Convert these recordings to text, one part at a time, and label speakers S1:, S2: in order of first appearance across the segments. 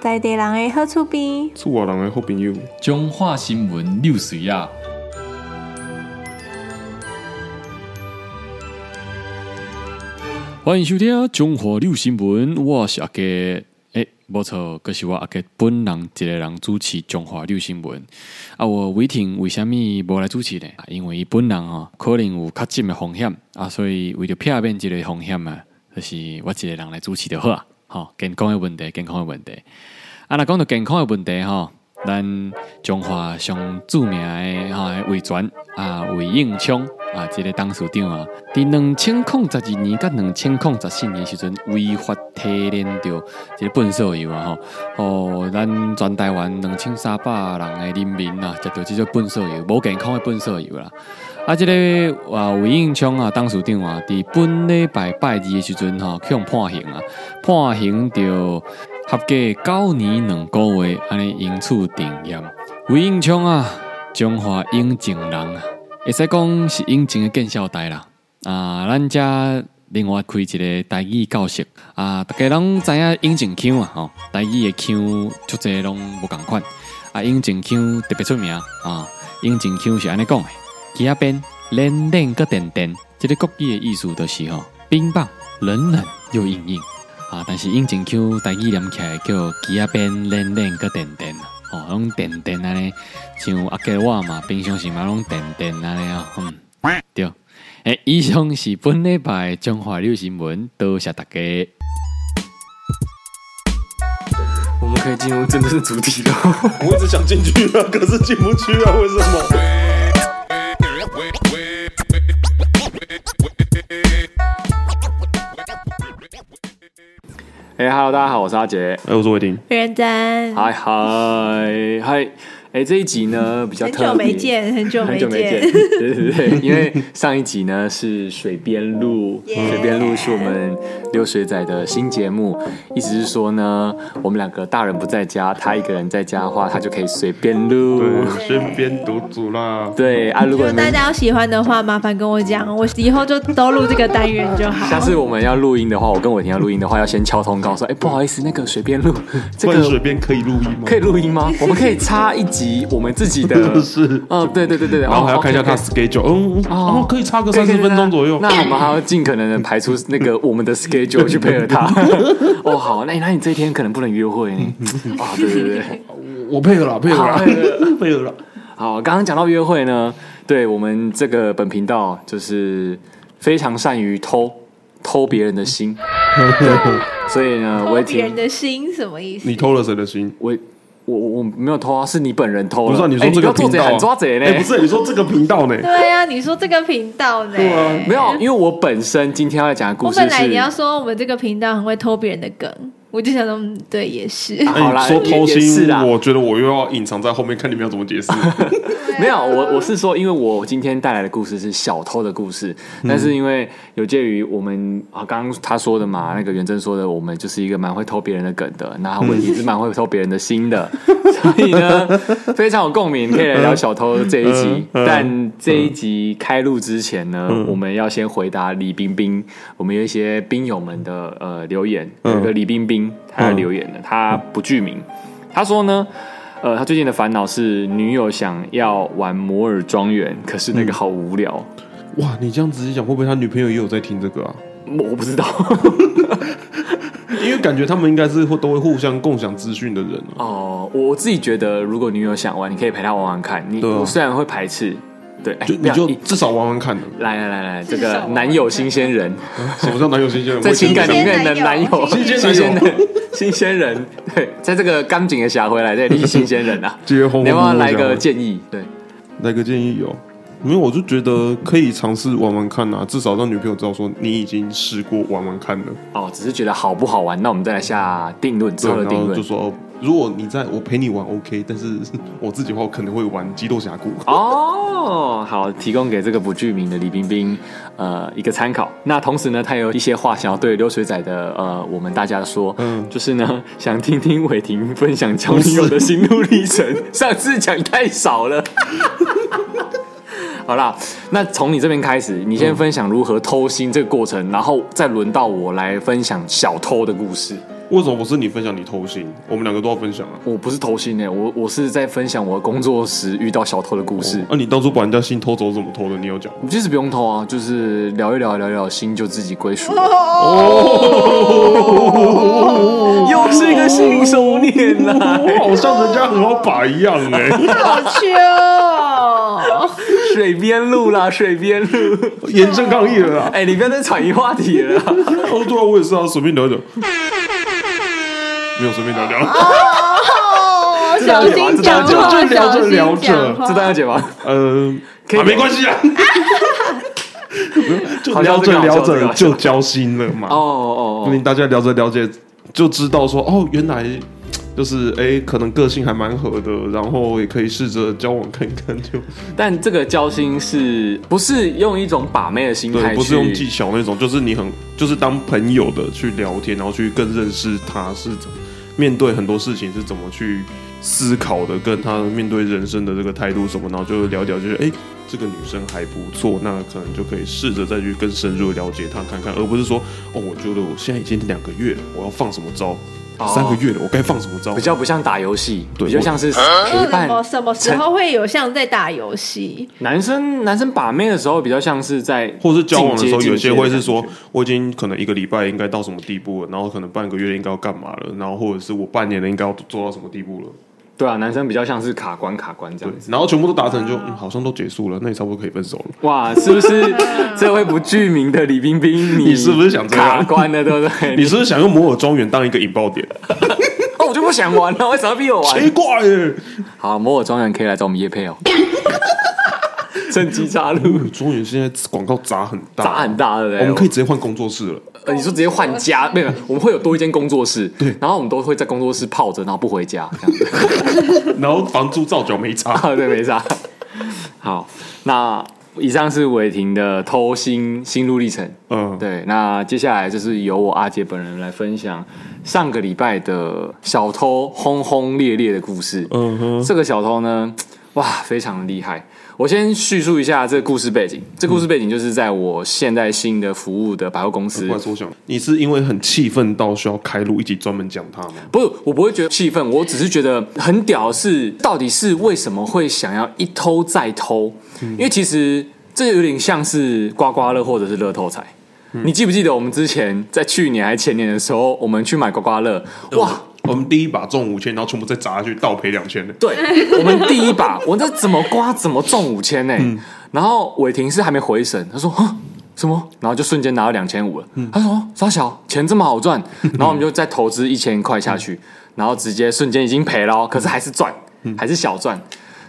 S1: 在地人的好厝边，
S2: 厝外人的好朋友，
S3: 中华新闻六水啊，
S4: 欢迎收听《中华六新闻》，我是阿杰。诶，无错，可是我阿杰本人一个人主持《中华六新闻》啊。我伟霆为虾米无来主持呢？啊因为伊本人吼、可能有较近的风险啊，所以为着避免即个风险啊，就是我一个人来主持就好啊。吼、健康的问题，健康的问题。啊，若讲到健康的问题吼，咱中华上著名的哈魏全啊魏应昌啊，即、个董事长啊，伫两千零十二年甲两千零十四年时阵违法提炼着一个粪扫油啊吼，哦，咱全台湾两千三百人的人民啊，食着即种粪扫油，无健康的粪扫油啦。啊，即、个啊魏应昌啊，董事长啊，伫本礼拜拜二的时阵吼、去互判刑啊，判刑着合计九年两个月，安尼因此定验。魏应昌啊，中华永靖人啊，会使讲是永靖的建校台啦。啊，咱遮另外开一个台语教室啊，大家拢知影永靖腔啊，吼、台语的腔足侪拢无共款啊，永靖腔特别出名啊，永靖腔是安尼讲的。其他边冷冷个点点，这个国语的意思就是吼，冰棒冷冷又硬硬啊，但是应景 Q 台语念起来叫其他边冷冷个点点哦，拢点点安尼，像阿吉我嘛，平常时嘛拢点点安尼啊，嗯，对。诶，以上是本礼拜的中华六新闻，多谢大家。
S5: 我们可以进入真正的主题了。
S2: 我一直想进去 啊，可是进不去啊，为什么？
S5: 哎、h e l l o 大家好，我是阿杰。
S2: 哎，我是伟霆，
S1: 认真。
S5: 嗨嗨嗨！哎，这一集呢比较
S1: 很
S5: 特别，
S1: 久没，见，很久
S5: 很
S1: 没
S5: 久没见，
S1: 见，
S5: 对对对，因为上一集呢是水边路，
S1: Oh, Yeah
S5: 水边路是我们流水仔的新节目，意思是说呢，我们两个大人不在家，他一个人在家的话，他就可以随便录。
S2: 对，身边独足啦，
S5: 对啊，如
S1: 如
S5: 果
S1: 果
S5: 你
S1: 大
S5: 们
S1: 家有喜欢的话，麻烦跟我讲，我以后就都录这个单元就好。
S5: 下次我们要录音的话，我跟伟霆要录音的话，要先敲通告说， 哎，不好意思，那个随便 录，这
S2: 灌水
S5: 个
S2: 边可以录音吗？，
S5: 可以录音吗？我们可以插一集我们自己的
S2: 是，
S5: 哦，对对对对，对
S2: 然后还要
S5: 哦
S2: 看一下他
S5: OK，OK
S2: schedule，嗯，嗯哦，可以差个三十分钟左右。
S5: 那我们还要尽可能的排出那个我们 的 schedule 去配合他。哦，好，那那你这一天可能不能约会 呢。啊，对对对，
S2: 我配合了，啊配合了， 配合了。
S5: 好，刚刚讲到约会呢，对我们这个本频道就是非常善于偷偷别人的 心，对所以呢，我
S1: 偷
S5: 也
S1: 别人
S5: 挺
S1: 的心什么意思？
S2: 你偷了谁的心？
S5: 我我我没有偷啊，是你本人偷了。
S2: 不是啊，你
S5: 哎
S2: 说这
S5: 不
S2: 个
S5: 要做
S2: 频
S5: 贼
S2: 道
S5: 喊
S2: 啊，
S5: 抓贼呢？
S2: 哎，不是，你说这个频道呢？
S1: 对啊，你说这个频道呢？
S5: 没有，因为我本身今天要讲的故
S1: 我
S5: 事
S1: 本来
S5: 是
S1: 你要说我们这个频道很会偷别人的梗，我就想说，嗯，对，也是。
S2: 哎
S5: 好啦
S2: 说偷
S5: 也是
S2: 心
S5: 啦，
S2: 我觉得我又要隐藏在后面，看你们要怎么 解释。
S5: 没有，我我是说，因为我今天带来的故事是小偷的故事，但是因为有介于我们啊，刚刚他说的嘛，那个元真说的，我们就是一个蛮会偷别人的梗的，那我也是蛮会偷别人的心的， 所以呢，非常有共鸣，可以来聊小偷这一集。
S2: 嗯嗯
S5: 但这一集开录之前呢，
S2: 嗯
S5: 我们要先回答李冰冰，我们有一些冰友们的呃留言，
S2: 嗯
S5: 有一个李冰冰他留言的，他不具名，他说呢。呃，他最近的烦恼是女友想要玩摩尔庄园，可是
S2: 嗯
S5: 那个好无聊，
S2: 哇，你这样直接讲，会不会他女朋友也有在听这个啊？
S5: 我不 知道。
S2: 因为感觉他们应该是会都会互相共享资讯的人啊。
S5: 哦，我自己觉得，如果女友想玩，你可以陪她玩玩看。你、
S2: 对啊
S5: 我虽然会排斥，对，哎
S2: 就
S5: 不
S2: 你
S5: 要
S2: 就
S5: 一
S2: 至少玩玩看的。
S5: 来来来来，这
S1: 至少玩
S5: 个
S1: 玩
S5: 男友新鲜人，
S2: 什么叫男友新鲜人？
S5: 在情感里面
S1: 新
S5: 的
S1: 鲜
S5: 男
S1: 男友
S5: 友，
S1: 新
S2: 鲜
S5: 新
S2: 男
S5: 鲜
S2: 友
S5: 人，新鲜人，对，在这个刚景的峡回来，这里是新鲜 人啊。
S2: 结婚轰轰
S5: 你要不要来个
S2: 轰
S5: 建议？对，
S2: 来个建议有？没有，我就觉得可以尝试玩玩看啊，至少让女朋友知道说你已经试过玩玩看了。
S5: 哦，只是觉得好不好玩，那我们再来下定论，之
S2: 对，
S5: 后的
S2: 然
S5: 定
S2: 后
S5: 论
S2: 就。说，哦如果你在我陪你玩 OK，但是我自己的话，我可能会玩《激斗峡谷》。
S5: 哦，好，提供给这个不具名的李冰冰呃一个参考。那同时呢，他有一些话想要对流水仔的呃我们大家说，
S2: 嗯
S5: 就是呢想听听伟霆分享交女友的心路历程。上次讲太少了。 好啦，那从你这边开始，你先分享如何偷心这个过程，然后再轮到我来分享小偷的故事。
S2: 为什么不是你分享你偷心？我们两个都要分享啊。
S5: 我不是偷心诶、我我是在分享我工作时遇到小偷的故事。
S2: 啊，你当初把人家心偷走怎么偷的？你有讲？
S5: 其实不用偷啊，就是聊一聊，聊一聊，心就自己归属了。 又是一个信手拈来，
S2: 哦好像人家很好把一样哎、
S1: 好缺哦！
S5: 水边路啦，水边路。
S2: 严正抗议了啦！
S5: 哎、你不要再转移话题 了啦。
S2: 哦，对啊，我也是啊，随便聊一聊，没有随便聊聊。
S1: 哦，小心讲话，
S2: 这聊
S1: 小
S2: 着
S1: 心
S2: 聊着
S1: 讲话
S5: 这段要剪吗？
S2: 嗯，
S5: 可以
S2: 啊，没关系啊， 就
S5: 好
S2: 聊
S5: 聊这个
S2: 着
S5: 好聊
S2: 聊
S5: 这个
S2: 着就交心了嘛。
S5: 哦哦
S2: 那
S5: 哦，
S2: 大家聊着聊着就知道说，哦，原来就是哎、可能个性还蛮合的，然后也可以试着交往看看就，
S5: 但这个交心是不是用一种把妹的心态
S2: 对，
S5: 去？
S2: 不是用技巧那种，就是你很就是当朋友的去聊天，然后去更认识他是怎面对很多事情是怎么去思考的，跟他面对人生的这个态度什么，然后就聊一聊，就是哎、这个女生还不错，那可能就可以试着再去更深入了解她看看，而不是说哦，我觉得我现在已经两个月了，我要放什么招？
S5: 哦
S2: 三个月了，我该放什么招？
S5: 比较不像打游戏，
S2: 对
S5: 比较啊嗯像是陪
S1: 什
S5: 伴。
S1: 么什么时
S5: 成
S1: 候会有像在打游戏？
S5: 男生男生把妹的时候，比较像是在
S2: 或是交往的时候，
S5: 进阶
S2: 有些会是说
S5: 进阶的感觉，
S2: 我已经可能一个礼拜应该到什么地步了，然后可能半个月应该要干嘛了，然后或者是我半年的应该要做到什么地步了，
S5: 对啊，男生比较像是卡关卡关这
S2: 对
S5: 样子。，
S2: 然后全部都达成就，嗯，好像都结束了，那你差不多可以分手了。
S5: 哇，是不是这位不具名的李冰冰，你
S2: 你是不是想这样
S5: 卡关了，对不对？
S2: 你是不是想用摩尔庄园当一个引爆点？
S5: 哦，我就不想玩了，为什么要逼我
S2: 奇
S5: 玩？
S2: 怪耶，
S5: 好，摩尔庄园可以来找我们 叶配哦。趁机插入，
S2: 呃庄园现在广告砸很大，
S5: 砸很大，对不对？
S2: 我们可以直接换工作室了。
S5: 呃，你说直接换家，没有，我们会有多一间工作室，对，然后我们都会在工作室泡着，然后不回家，这样子。
S2: 然后房租照缴没 差，
S5: 啊，对，没啥。好，那以上是伟霆的偷心心路历程。
S2: 嗯，
S5: 对，那接下来就是由我阿杰本人来分享上个礼拜的小偷轰轰烈烈的故事。
S2: 嗯哼，
S5: 这个小偷呢，哇，非常厉害。我先叙述一下这个故事背景。这故事背景就是在我现在新的服务的嗯百货公司
S2: 怪说想，你是因为很气愤到需要开录一集专门讲他吗？
S5: 不是，我不会觉得气愤，我只是觉得很屌是，到底是为什么会想要一偷再偷？因为其实这有点像是刮刮乐或者是乐透彩。你记不记得我们之前在去年还前年的时候，我们去买刮刮乐？哇，
S2: 我们第一把中五千，然后全部再砸下去，倒赔两千的。
S5: 对我们第一把，我这怎么刮怎么中五千呢？
S2: 嗯
S5: 然后伟霆是还没回神，他说啊什么？然后就瞬间拿到两千五了。
S2: 嗯
S5: 他说哦傻小，钱这么好赚？然后我们就再投资一千块下
S2: 嗯
S5: 去，然后直接瞬间已经赔了哦，可是还是赚，还是小赚，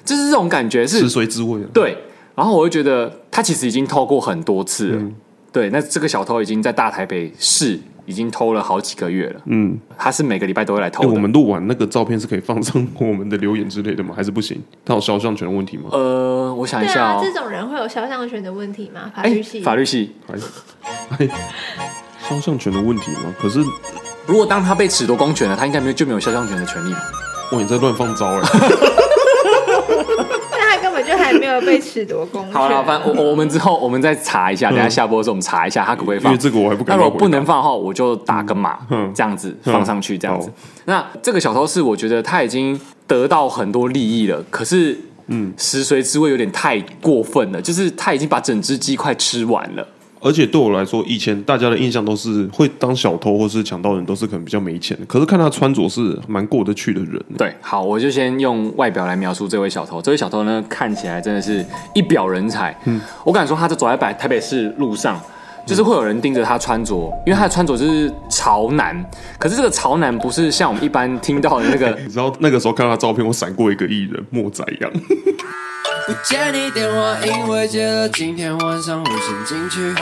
S5: 就是这种感觉是
S2: 食髓知味啊！
S5: 对，然后我就觉得他其实已经偷过很多次了。
S2: 嗯
S5: 对，那这个小偷已经在大台北市已经偷了好几个月了。
S2: 嗯，
S5: 他是每个礼拜都会来偷
S2: 欸
S5: 的。
S2: 我们录完那个照片是可以放上我们的留言之类的吗？还是不行？它有肖像权的问题吗？
S5: 呃，我想
S1: 对
S5: 一下
S1: 啊
S5: 哦，，
S1: 这种人会有肖像权的问题吗？法
S5: 哎、
S1: 律系，
S5: 法律系，
S2: 还还肖像权的问题吗？可是
S5: 如果当他被褫夺公权了，他应该没有就没有肖像权 的权利嘛？
S2: 哇，你在乱放 招哎、欸！
S1: 但他根本就还没有被褫夺公权。
S5: 好了，反正我我们之后我们再查一下，等一下下播的时候我们查一下他可不可以
S2: 因
S5: 放
S2: 为。这嗯个我还不
S5: 那
S2: 敢
S5: 如
S2: 乱回答。
S5: 果不能放的话，我就打个码，
S2: 嗯
S5: 这样子
S2: 嗯
S5: 放上去，这样子
S2: 好。
S5: 那这个小偷是我觉得他已经得到很多利益了，可是嗯，食髓知味有点太过分了，就是他已经把整只鸡快吃完了。
S2: 而且对我来说，以前大家的印象都是会当小偷或是抢盗人，都是可能比较没钱的。可是看他穿着是蛮过得去的人、欸，
S5: 对，好，我就先用外表来描述这位小偷。这位小偷呢，看起来真的是一表人才。嗯，我敢说，他就走在台台北市路上，就是会有人盯着他穿着，因为他的穿着就是潮男。可是这个潮男不是像我们一般听到的 那个
S2: 你知道那个时候看他照片，我闪过一个艺人莫宰阳，
S6: 不接你电话，因为接了今天晚上无心进去。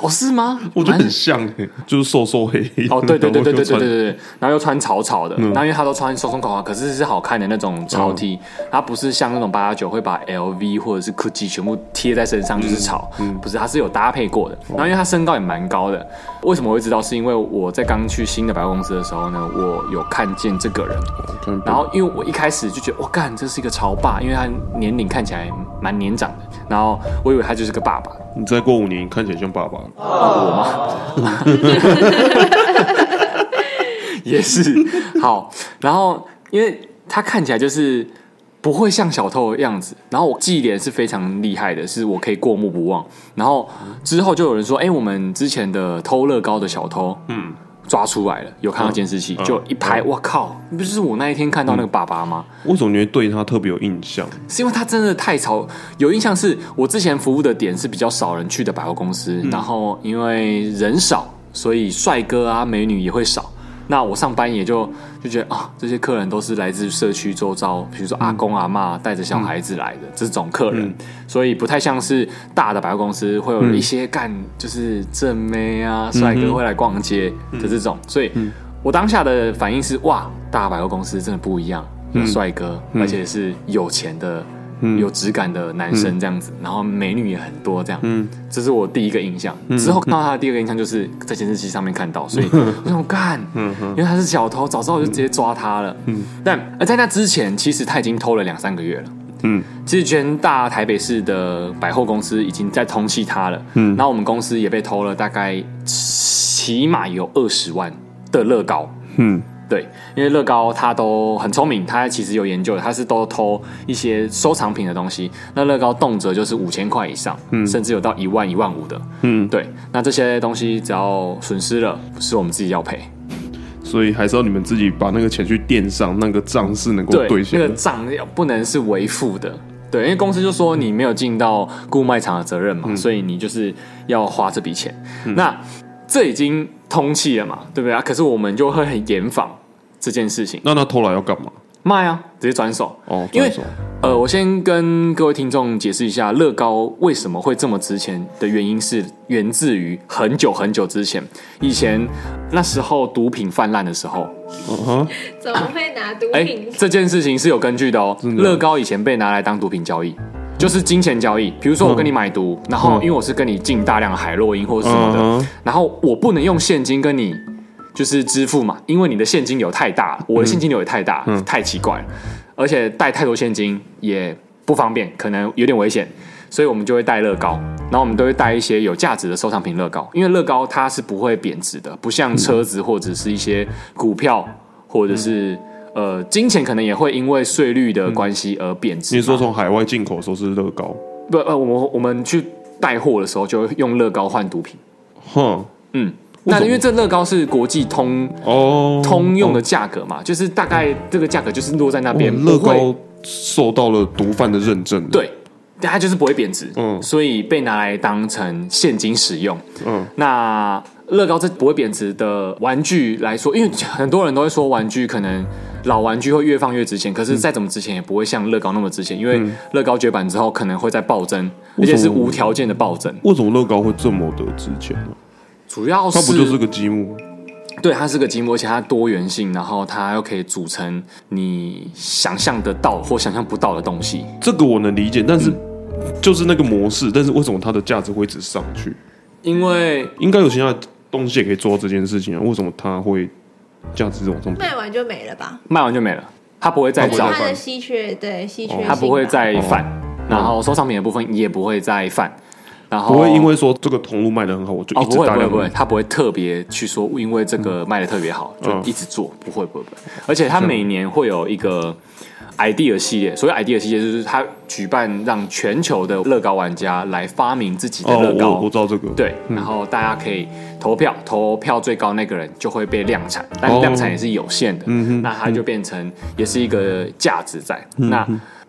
S5: 哦，是吗？
S2: 我觉得很像、欸，就是瘦瘦黑黑的。
S5: 哦，对对对对对
S2: 然后就
S5: 对对
S2: 穿
S5: 对，然后又穿草草的，然后因为他都穿松松垮垮，可是是好看的那种潮 T，他不是像那种八加九会把 LV 或者是 GUCCI 全部贴在身上就是草，不是，他是有搭配过的。然后因为他身高也蛮高的，为什么我会知道？是因为我在刚去新的百货公司的时候呢，我有看见这个人，
S2: 看
S5: 然后因为我一开始就觉得，我、干，这是一个潮爸，因为他年龄看起来蛮年长的，然后我以为他就是个爸爸，
S2: 你再过五年，你看起来像爸爸了。
S5: 也是好。然后因为他看起来就是不会像小偷的样子，然后我记忆点是非常厉害的，是我可以过目不忘。然后之后就有人说，哎、我们之前的偷乐高的小偷，嗯。抓出来了，有看到监视器，
S2: 嗯
S5: 就一拍，我靠！不就是我那一天看到那个爸爸吗？
S2: 为什么你会对他特别有印象？
S5: 是因为他真的太潮。有印象是我之前服务的点是比较少人去的百货公司，然后因为人少，所以帅哥啊美女也会少。那我上班也就就觉得啊，这些客人都是来自社区周遭，比如说阿公阿妈带着小孩子来的、这种客人，所以不太像是大的百货公司会有一些干、就是正妹啊帅哥会来逛街的这种，所以我当下的反应是哇，大百货公司真的不一样，有帅哥，而且是有钱的。有质感的男生这样子，然后美女也很多这样，这是我第一个印象。之后看到他的第二个印象就是在监视器上面看到，所以我想干，因为他是小偷，早知道我就直接抓他了。但而在那之前，其实他已经偷了两三个月了。其实全大台北市的百货公司已经在通缉他了，嗯，然后我们公司也被偷了大概起码有二十万的乐高，
S2: 嗯，
S5: 对，因为乐高他都很聪明，他其实有研究的，他是都偷一些收藏品的东西。那乐高动辄就是五千块以上，
S2: 嗯
S5: 甚至有到一万、一万五的，嗯，对。那这些东西只要损失了，是我们自己要赔。
S2: 所以还是要你们自己把那个钱去垫上，那个账是能够
S5: 对，
S2: 兑现
S5: 那
S2: 的。
S5: 个账要不能是为负的。对，因为公司就说你没有尽到雇卖场的责任嘛，
S2: 嗯
S5: 所以你就是要花这笔钱。那这已经通气了嘛，对不对啊？可是我们就会很严防这件事情，
S2: 那他偷来要干嘛？
S5: 卖啊，直接转手。
S2: 哦，
S5: 因为
S2: 转手
S5: 呃，我先跟各位听众解释一下，乐高为什么会这么值钱的原因是源自于很久很久之前，以前那时候毒品泛滥的时候，
S1: 怎么会拿毒
S5: 哎、
S1: 品？
S5: 这件事情是有根据的哦。
S2: 的
S5: 乐高以前被拿来当毒品交易，就是金钱交易。比如说我跟你买毒，然后因为我是跟你进大量的海洛因或者什么的，
S2: 嗯嗯哼
S5: 然后我不能用现金跟你就是支付嘛，因为你的现金流太大，
S2: 嗯
S5: 我的现金流也太大，太奇怪了，而且带太多现金也不方便，可能有点危险，所以我们就会带乐高。然后我们都会带一些有价值的收藏品乐高，因为乐高它是不会贬值的，不像车子或者是一些股票或者是、
S2: 嗯
S5: 呃金钱可能也会因为税率的关系而贬值
S2: 嗯
S5: 嘛。
S2: 你说从海外进口的时候是乐高，
S5: 不呃，我们我们去带货的时候就会用乐高换毒品，
S2: 哼，
S5: 嗯，
S2: 为什
S5: 那
S2: 么
S5: 因为这乐高是国际通
S2: 哦，
S5: 通哦用的价格嘛，就是大概这个价格就是落在那
S2: 哦
S5: 边，
S2: 乐
S5: 不会
S2: 高受到了毒贩的认证。，
S5: 对，但它就是不会贬值，
S2: 嗯
S5: 所以被拿来当成现金使用。
S2: 嗯，
S5: 那乐高这不会贬值的玩具来说，因为很多人都会说玩具可能老玩具会越放越值钱，可是再怎么值钱也不会像乐高那么值钱，因为乐高绝版之后可能会再暴增，嗯哦而且是无条件的暴增。
S2: 为什么乐高会这么的值钱呢？
S5: 主要
S2: 它不就是个积木？
S5: 对，它是个积木，而且它多元性，然后它又可以组成你想象得到或想象不到的东西。
S2: 这个我能理解，但是
S5: 嗯
S2: 就是那个模式，但是为什么它的价值会一直上去？
S5: 因为
S2: 应该有其他的东西也可以做到这件事情啊，为什么它会价值往上走？
S1: 卖完就没了吧？
S5: 卖完就没了，它不会再
S2: 它不会
S5: 涨
S2: 再，
S1: 它的稀缺，对稀缺性啊吧，
S5: 它不会再犯，然后收藏品的部分也不会再犯，然后
S2: 啊不会因为说这个铜炉卖的很好，我就
S5: 哦
S2: 一
S5: 不
S2: 直
S5: 会
S2: 大
S5: 不会
S2: 量
S5: 不会，
S2: 买。
S5: 它不会特别去说因为这个卖的特别好就
S2: 嗯
S5: 一直做，不会不会不会，而且它每年会有一个。idea 系列，所谓 idea 系列就是它举办让全球的乐高玩家来发明自己的
S2: 哦
S5: 乐，高，
S2: 我我知道这个，
S5: 对，然后大家可以投票，投票最高那个人就会被量产，但
S2: 哦
S5: 量产也是有限的，那它就变成也是一个价值在。那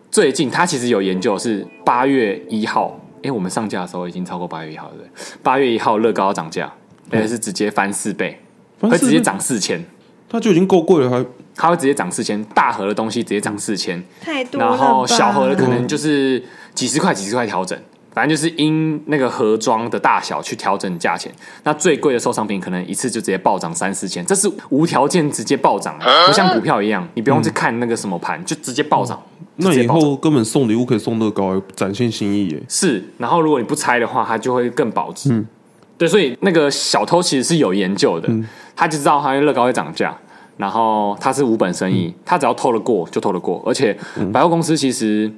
S5: 最近它其实有研究是八月一号，哎，我们上架的时候已经超过八月一号了，对不对，八月一号乐高涨价，而且是直接翻四倍，
S2: 翻
S5: 会
S2: 四
S5: 直接
S2: 倍
S5: 涨四千，
S2: 它就已经够贵了，还
S5: 它会直接涨四千，大盒的东西直接涨四千，
S1: 太多了
S5: 然
S1: 吧，
S5: 后小盒的可能就是几十块几十块调整。反正就是因那个盒装的大小去调整价钱。那最贵的收藏品可能一次就直接暴涨三四千，这是无条件直接暴涨的，不像股票一样，你不用去看那个什么盘，就直接暴涨。
S2: 那
S5: 直接
S2: 以
S5: 暴涨
S2: 后根本送礼物可以送乐高、欸，展现心意耶、
S5: 是，然后如果你不拆的话，它就会更保值。
S2: 嗯
S5: 对，所以那个小偷其实是有研究的，
S2: 嗯
S5: 他就知道他乐高会涨价，然后他是无本生
S2: 嗯
S5: 意，他只要偷得过就偷得过，而且百货公司其实。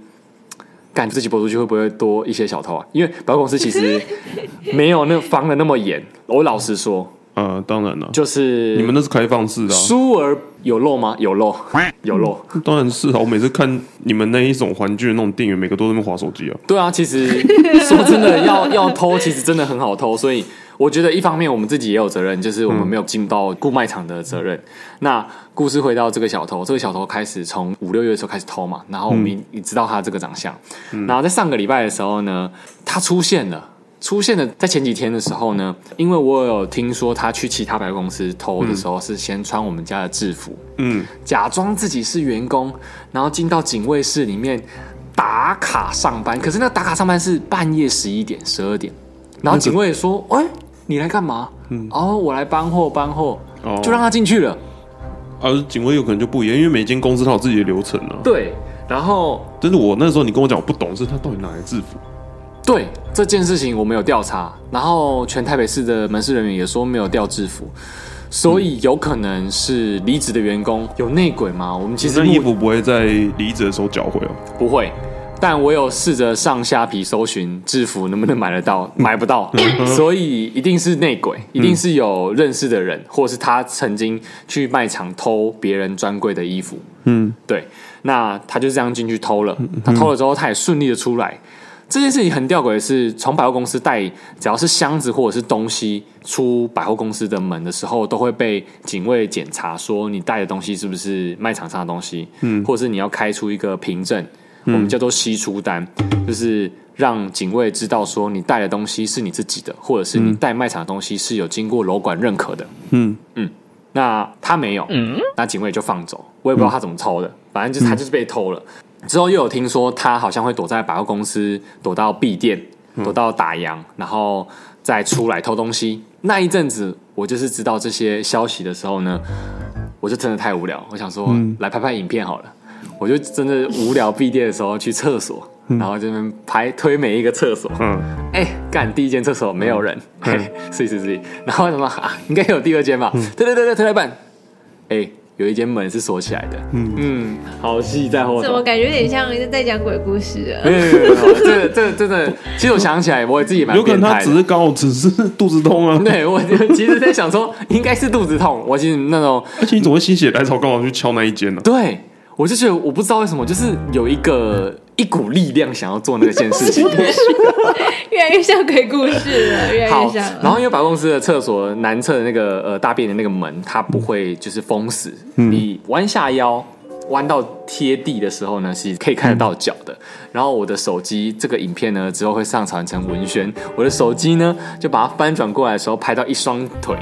S5: 干自己播出去会不会多一些小偷啊？因为百货公司 其实没有那防的那么严。我老实说，
S2: 啊、当然了，
S5: 就是
S2: 你们那是开放式的、啊，
S5: 书儿有漏吗？有 漏，有漏。
S2: 当然是啊。我每次看你们那一种玩具的那种店员，每个都在那边划手机啊。
S5: 对啊，其实说真的，要要偷，其实真的很好偷。所以我觉得一方面我们自己也有责任，就是我们没有尽到顾卖场的责任。那故事回到这个小偷，这个小偷开始从五六月的时候开始偷嘛，然后我们也知道他这个长相。然后在上个礼拜的时候呢，他出现了。出现了在前几天的时候呢，因为我有听说他去其他百货公司偷的时候是先穿我们家的制服，
S2: 嗯，
S5: 假装自己是员工，然后进到警卫室里面打卡上班。可是那个打卡上班是半夜十一点、十二点，然后警卫说：“哎、你来干嘛？”嗯，哦，我来搬货，搬货，
S2: 哦
S5: 就让他进去了。
S2: 而、啊警卫有可能就不一样，因为每间公司它有自己的流程啊。
S5: 对，然后
S2: 但是我那时候你跟我讲，我不懂是他到底哪来制服，
S5: 对这件事情我们有调查，然后全台北市的门市人员也说没有调制服。所以有可能是离职的员工有内鬼吗？我们其实
S2: 那
S5: 目
S2: 衣服不会在离职的时候缴回哦、
S5: 不会，但我有试着上下皮搜寻制服能不能买得到，买不到，所以一定是内鬼，一定是有认识的人，或是他曾经去卖场偷别人专柜的衣服。
S2: 嗯，
S5: 对，那他就这样进去偷了，他偷了之后，他也顺利的出来。这件事情很吊诡的是，从百货公司带只要是箱子或者是东西出百货公司的门的时候，都会被警卫检查，说你带的东西是不是卖场上的东西，嗯，或者是你要开出一个凭证，我们叫做吸出单，就是让警卫知道说你带的东西是你自己的，或者是你带卖场的东西是有经过楼管认可的。
S2: 嗯
S5: 嗯，那他没有，那警卫就放走，我也不知道他怎么偷的，反正就是他就是被偷了。之后又有听说他好像会躲在百货公司，躲到 B 店，躲到打烊，然后再出来偷东西。那一阵子，我就是知道这些消息的时候呢，我就真的太无聊，我想说、来拍拍影片好了。我就真的无聊闭店的时候去厕所，然后这边排推每一个厕所，
S2: 嗯，
S5: 哎、干第一间厕所没有人，嘿，是是是，然后什么啊，应该有第二间吧？对对对对，推来办，哎、有一间门是锁起来的，嗯嗯，好戏在后
S1: 怎么
S5: 头。
S1: 感觉有点像在讲鬼故事 啊？
S5: 没有没有没有，没有这这这真的，其实我想起来，我自己也蛮
S2: 有可能
S5: 变
S2: 他
S5: 态的
S2: 只是刚好只是肚子痛 啊。
S5: 对我其实在想说，应该是肚子痛。我其实那种
S2: 而且你总会心血来潮，干嘛去敲那一间啊呢、
S5: 对，我就觉得我不知道为什么，就是有一个一股力量想要做那件事情。
S1: 越来越像鬼故事了，越来越
S5: 好，
S1: 像
S5: 然后因为百货公司的厕所南侧的那个呃大便的那个门，它不会就是封死，你弯下腰。弯到贴地的时候呢，是可以看得到脚的。然后我的手机这个影片呢，之后会上传成文宣。我的手机呢，就把它翻转过来的时候，拍到一双腿。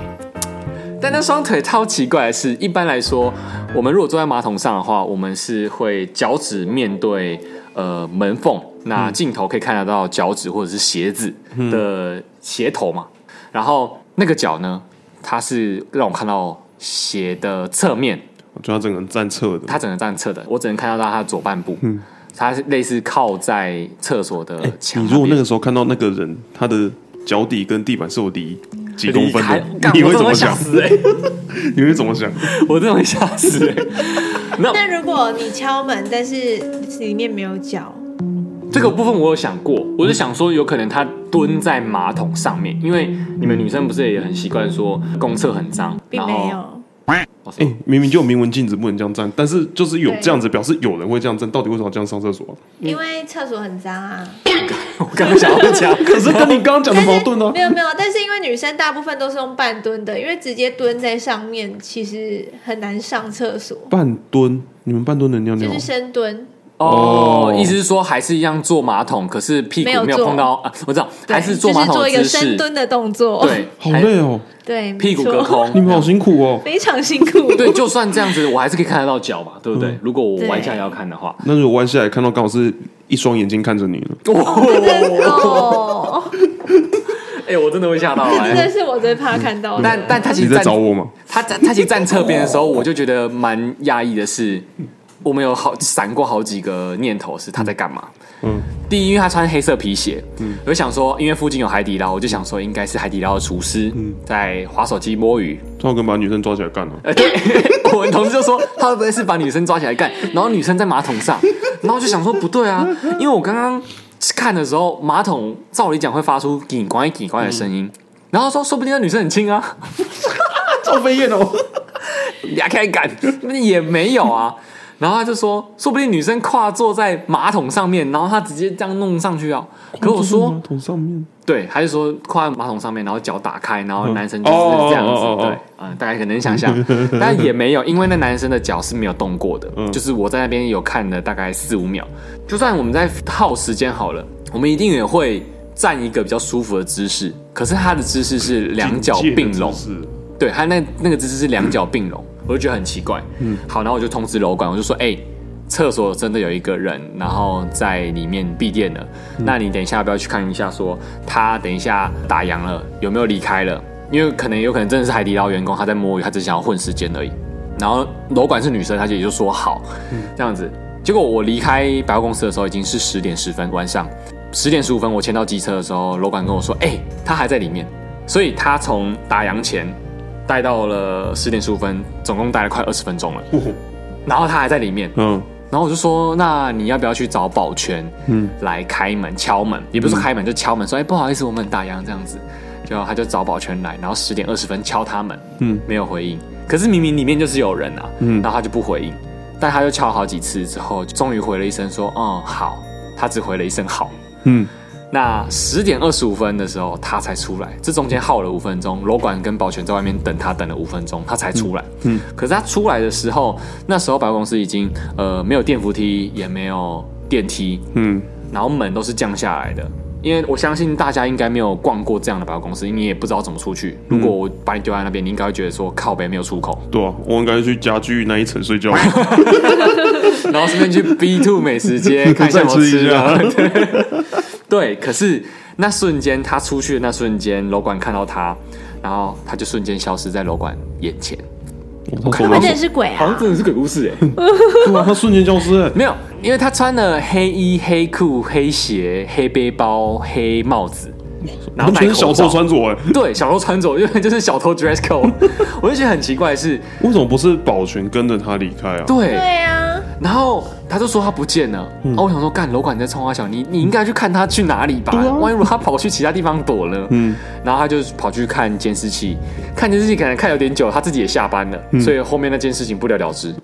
S5: 但那双腿超奇怪的是，一般来说，我们如果坐在马桶上的话，我们是会脚趾面对呃门缝，那镜头可以看得到脚趾或者是鞋子
S2: 嗯
S5: 的鞋头嘛。然后那个脚呢，它是让我看到鞋的侧面，
S2: 我觉得他整个人站侧的，
S5: 它整个站侧的，我只能看到它的左半部。
S2: 嗯
S5: 它是类似靠在厕所的墙
S2: 你
S5: 边。
S2: 如果那个时候看到那个人，他的脚底跟地板是有离几公
S5: 离
S2: 分
S5: 开
S2: 的
S5: 干，
S2: 你
S5: 我
S2: 会怎
S5: 真的
S2: 么
S5: 会吓
S2: 想？
S5: 死哎、
S2: 你会怎么想？
S5: 我真的会吓死哎、那
S1: 那如果你敲门，但是里面没有脚，
S5: 这个部分我有想过，我是想说，有可能他蹲在马桶上面，因为你们女生不是也很习惯说公厕很脏，
S1: 并
S5: 然
S1: 没
S5: 后
S1: 有。
S5: 哦
S2: 哎、
S5: 是吗
S2: 明明就有明文禁止不能这样站，但是就是有这样子表示有人会这样站，到底为什么要这样上厕所 啊、
S5: 嗯
S1: 因为厕所很脏啊，
S5: 我刚刚想要讲，
S2: 可是跟你刚刚讲的矛盾呢、
S5: 啊
S1: 没有没有，但是因为女生大部分都是用半蹲的，因为直接蹲在上面其实很难上厕所，
S2: 半蹲，你们半蹲能尿尿
S1: 就
S2: 吗
S1: 是？深蹲，
S5: 哦
S2: 哦，
S5: 意思是说还是一样坐马桶，可是屁股
S1: 没有
S5: 没有
S1: 坐
S5: 碰到啊，我知道，
S1: 对
S5: 还是坐马
S1: 就是
S5: 桶
S1: 做
S5: 的
S1: 一个
S5: 姿
S1: 深
S5: 势，
S1: 蹲的动作，
S5: 对，
S2: 好
S5: 还
S2: 累哦，
S1: 对，
S5: 屁股
S1: 没
S5: 隔
S1: 错，
S5: 空，
S2: 你们 好辛苦哦。
S1: 非常辛苦。
S5: 对，就算这样子，我还是可以看得到脚嘛，对
S2: 嗯
S5: 不对？如果我弯下腰看 的话，
S2: 那如果弯下来看到，刚好是一双眼睛看着你了。
S1: 真的哦，
S5: 哎，我真的会吓到
S1: 这真的
S5: 哎。
S1: 是我最怕看到
S5: 但
S1: 的。
S5: 但他其
S2: 你
S5: 实
S2: 在
S5: 站
S2: 找我吗？
S5: 他站他其实站侧边的时候，我就觉得蛮压抑的是，我们有好闪过好几个念头是他在干嘛。
S2: 嗯，
S5: 第一，因为他穿黑色皮鞋，我就想说，因为附近有海底捞，我就想说应该是海底捞的厨师在划手机摸鱼。
S2: 他跟把女生抓起来干了。
S5: 呃，对， 我们同事就说他会不会是把女生抓起来干，然后女生在马桶上，然后就想说不对啊，因为我刚刚看的时候，马桶照理讲会发出“叽呱叽呱”的声音，然后说说不定那女生很 轻啊，
S2: 赵飞 燕哦，
S5: 俩开干也没有啊。然后他就说，说不定女生跨坐在马桶上面，然后他直接这样弄上去啊。可我说
S2: 马，桶上面，
S5: 对，他就说跨在马桶上面，然后脚打开，然后男生就是
S2: 哦
S5: 这样子，
S2: 哦哦哦
S5: 对，嗯，大家可能想 象，但也没有，因为那男生的脚是没有动过的，
S2: 嗯
S5: 就是我在那边有看了大概四五秒，就算我们在耗时间好了，我们一定也会站一个比较舒服的姿势，可是他的姿势是两脚并拢，
S2: 是
S5: 对他那那个姿势是两脚并拢，我就觉得很奇怪。嗯，好，然后我就通知楼管，我就说，哎、厕所真的有一个人，然后在里面闭店了，那你等一下要不要去看一下说他等一下打烊了有没有离开了？因为可能有可能真的是海底捞员工，他在摸鱼，他只想要混时间而已。然后楼管是女生，她就也就说好，这样子。结果我离开百货公司的时候已经是十点十分，晚上十点十五分我签到机车的时候，楼管跟我说：“哎、他还在里面。”所以他从打烊前待到了十点十五分，总共待了快二十分钟了。然后他还在里面，
S2: 哦嗯，
S5: 然后我就说：“那你要不要去找保全？嗯，来开门敲门，也不是开门，就敲门说：‘哎、不好意思，我们打烊这样子。’就他就找保全来，然后十点二十分敲他门，嗯，没有回应。可是明明里面就是有人啊，嗯，然后他就不回应，但他就敲好几次之后，终于回了一声说：‘嗯，好。’他只回了一声好，
S2: 嗯。”
S5: 那十点二十五分的时候，他才出来。这中间耗了五分钟，楼管跟保全在外面等他，等了五分钟，他才出来。嗯，可是他出来的时候，那时候百货公司已经呃没有电扶梯，也没有电梯，
S2: 嗯，
S5: 然后门都是降下来的。因为我相信大家应该没有逛过这样的百货公司，你也不知道怎么出去。如果我把你丢在那边，你应该会觉得说靠北没有出口，
S2: 对啊，我应该去家具那一层睡 觉。
S5: 然后顺便去 B Two 美食 街看一下有没有吃的。 对，可是那瞬间他出去的那瞬间，楼管看到他，然后他就瞬间消失在楼管眼前，
S2: 他
S1: 会
S2: 手
S1: 不会
S2: 拿
S1: 真的是鬼啊？
S5: 真的是鬼故事哎、
S2: 对啊，他瞬间消失哎。
S5: 没有，因为他穿了黑衣、黑裤、黑鞋、黑背包、黑帽子，然后
S2: 完
S5: 戴
S2: 全是小
S5: 口罩
S2: 偷。穿着哎、
S5: 对，小偷穿着，因为就是小偷 dress code，我 就觉得很奇怪的是，
S2: 为什么不是保全跟着他离开啊？
S5: 对，
S1: 对啊，
S5: 然后他就说他不见了。
S2: 嗯
S5: 啊，我想说，干楼管你在冲他小，你你应该去看他去哪里吧？
S2: 啊
S5: 万一如果他跑去其他地方躲了，嗯，然后他就跑去看监视器，看监视器可能看有点久，他自己也下班了，
S2: 嗯
S5: 所以后面那件事情不了了之。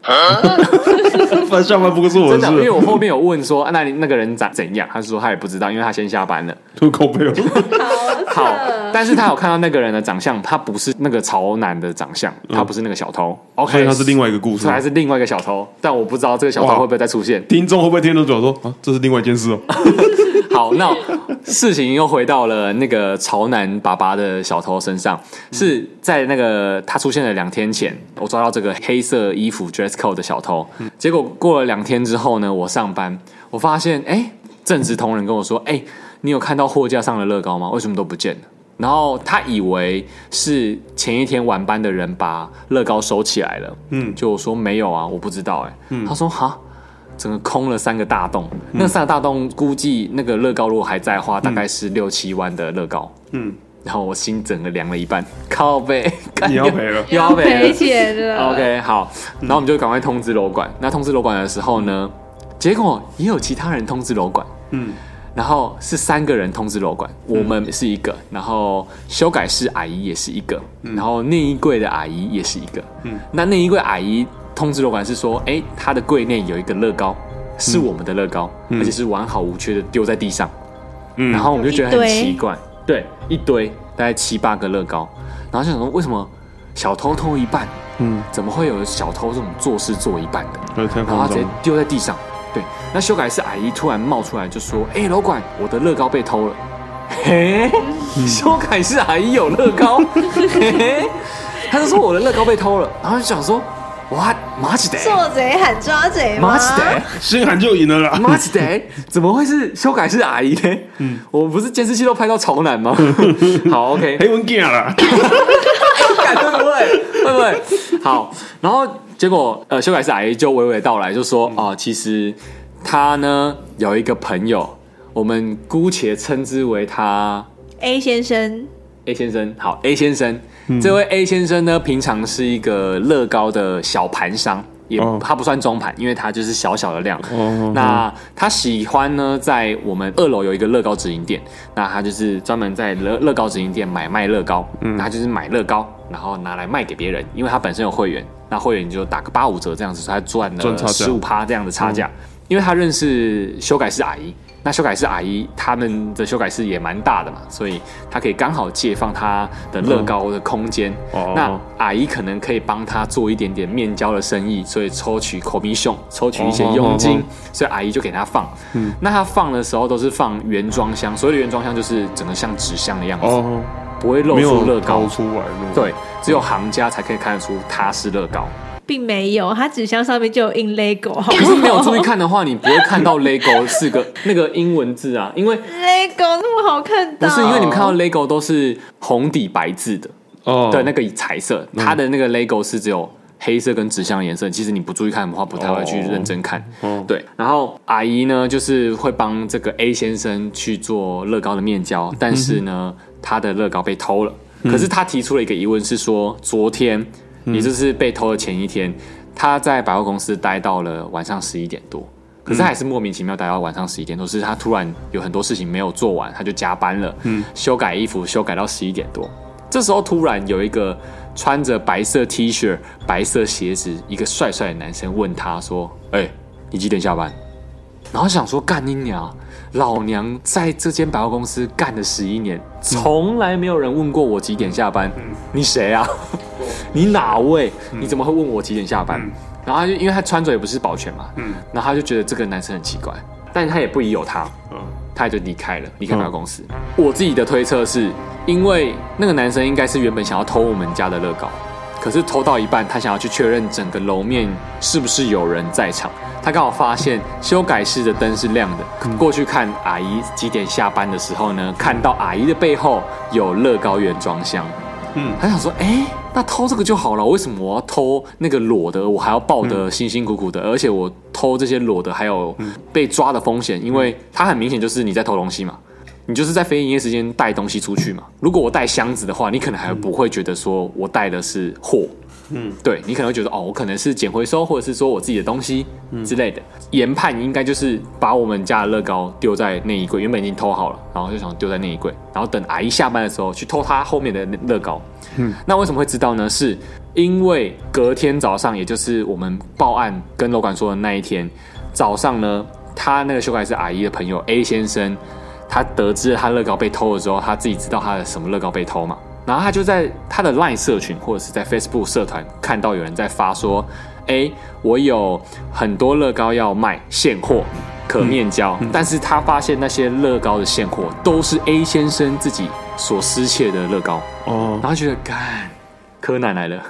S2: 翻下班不过是我
S5: 真
S2: 的
S5: 的，因为
S2: 事，
S5: 我后面有问说，啊、那你那个人咋怎样？他就说他也不知道，因为他先下班 了。
S2: 吐口杯哦。
S5: 好，但是他有看到那个人的长相，他不是那个潮男的长相，他不是那个小偷。
S2: 所
S5: OK，
S2: 以他是另外一个故事
S5: 所以。他是另外一个小偷，但我不知道这个小偷
S2: 哇
S5: 会不会再出现。
S2: 听众会不会听得懂说啊？这是另外一件 事哦。
S5: 好，那事情又回到了那个潮男爸爸的小偷身上，是在那个他出现的两天前，我抓到这个黑色衣服 dress code 的小偷。结果过了两天之后呢，我上班，我发现哎，诶正直同仁跟我说，哎，你有看到货架上的乐高吗？为什么都不见了？然后他以为是前一天晚班的人把乐高收起来了，嗯，就我说没有啊，我不知道、哎，他说哈，整个空了三个大洞，
S2: 嗯
S5: 那三个大洞估计那个乐高如果还在的话，大概是六七万的乐高，嗯
S2: 嗯，
S5: 然后我心整个凉了一半，靠背，
S2: 你要赔了。
S5: 又要
S1: 赔
S5: 被
S1: 钱了。
S5: OK，好， 然后我们就赶快通知楼管。那通知楼管的时候呢，结果也有其他人通知楼管，嗯
S2: 嗯，
S5: 然后是三个人通知楼管，我们是一个，然后修改室阿姨也是一个，
S2: 嗯
S5: 然后内衣柜的阿姨也是一个，嗯，那内衣柜阿姨通知楼管是说，哎，她的柜内有一个乐高，是我们的乐高，而且是完好无缺的丢在地上，
S2: 嗯
S5: 然后我们就觉得
S1: 一
S5: 很
S1: 堆
S5: 奇怪，对，一堆大概七八个乐高，然后就想说为什么小偷偷一半，
S2: 嗯，
S5: 怎么会有小偷这种做事做一半的？
S2: 对，太
S5: 然后
S2: 夸
S5: 他直
S2: 张
S5: 接
S2: 了。
S5: 丢在地上，对，那修改是阿姨突然冒出来就说：“哎、老管，我的乐高被偷了。” 嘿，修改是阿姨有乐高， 嘿，他就说我的乐高被偷了，然后就想说，what，马吉得，
S1: 做贼喊抓贼吗
S5: 马？吉得。
S2: 先喊就赢了啦。
S5: 妈的，怎么会是修改是阿姨呢？嗯，我们不是监视器都拍到潮男吗？好，OK，
S2: 黑文囝啦，
S5: 敢对不对？对不对？好，然后结果呃，修改是阿姨就娓娓道来，就说哦、其实他呢有一个朋友，我们姑且称之为他
S1: A 先生
S5: A 先生。好，A 先生，
S2: 嗯
S5: 这位 A 先生呢，平常是一个乐高的小盘商。也
S2: 哦
S5: 他不算中盘，因为他就是小小的量。
S2: 哦
S5: 那他喜欢呢，在我们二楼有一个乐高直营店，那他就是专门在乐乐高直营店买卖乐高，嗯，他就是买乐高，然后拿来卖给别人，因为他本身有会员，那会员就打个八五折这样子，所以他赚
S2: 赚差
S5: 了
S2: 价
S5: 十五趴这样的差价。
S2: 嗯
S5: 因为他认识修改师阿姨，那修改师阿姨他们的修改师也蛮大的嘛，所以他可以刚好借放他的乐高的空间。
S2: 哦
S5: 那阿姨可能可以帮他做一点点面交的生意，所以抽取 commission，抽取一些佣金，
S2: 哦哦嗯
S5: 所以阿姨就给他放。那他放的时候都是放原装箱，所谓的原装箱就是整个像纸箱的样子，
S2: 哦，
S5: 不会露
S2: 没有
S5: 出乐高
S2: 掏。出来那种，
S5: 对，只有行家才可以看得出它是乐高。
S1: 并没有，他纸箱上面就有印 LEGO，好不
S5: 可
S1: 好
S5: 是没有注意看的话，你不会看到 LEGO 四个那个英文字啊，因为
S1: LEGO 那么好看
S5: 不
S1: 到，
S5: 是因为你们看到 LEGO 都是红底白字的，
S2: 哦，嗯
S5: 对，那个彩色，它的那个 LEGO 是只有黑色跟纸箱的颜色。其实你不注意看的话，不太会去认真看。
S2: 哦
S5: 对，然后阿姨呢，就是会帮这个 A 先生去做乐高的面交，但是呢，他的乐高被偷了。可是他提出了一个疑问，是说昨天，也就是被偷的前一天，他在百货公司待到了晚上十一点多。可是他还是莫名其妙待到晚上十一点多，是他突然有很多事情没有做完，他就加班了，嗯，修改衣服修改到十一点多。这时候突然有一个穿着白色 T 恤、白色鞋子，一个帅帅的男生问他说：“哎、你几点下班？”然后想说干你娘，老娘在这间百货公司干了十一年，从来没有人问过我几点下班。你谁啊？ 你哪位？你怎么会问我几点下班？然后他就因为他穿着也不是保全嘛，然后他就觉得这个男生很奇怪，但是他也不疑有他，
S2: 啊
S5: 他也就离开了，离开百货公司。我自己的推测是，因为那个男生应该是原本想要偷我们家的乐高，可是偷到一半，他想要去确认整个楼面是不是有人在场。他刚好发现修改室的灯是亮的，过去看阿姨几点下班的时候呢，看到阿姨的背后有乐高原装箱。
S2: 嗯
S5: 他想说，哎、那偷这个就好了，为什么我要偷那个裸的？我还要抱得辛辛苦苦的，而且我偷这些裸的还有被抓的风险，因为它很明显就是你在偷东西嘛。你就是在非营业时间带东西出去嘛。如果我带箱子的话，你可能还不会觉得说我带的是货，嗯，对你可能会觉得哦，我可能是捡回收，或者是说我自己的东西之类的。研判应该就是把我们家的乐高丢在内衣柜，原本已经偷好了，然后就想丢在内衣柜，然后等阿姨下班的时候去偷她后面的乐高。嗯，那为什么会知道呢？是因为隔天早上，也就是我们报案跟楼管说的那一天早上呢，他那个修改师阿姨的朋友 A 先生。他得知了他乐高被偷了之后，他自己知道他的什么乐高被偷嘛，然后他就在他的 LINE 社群或者是在 Facebook 社团看到有人在发说，哎，我有很多乐高要卖现货。可面交，但是他发现那些乐高的现货都是 A 先生自己所失窃的乐高，
S2: 哦，
S5: 然后觉得干，柯南来了，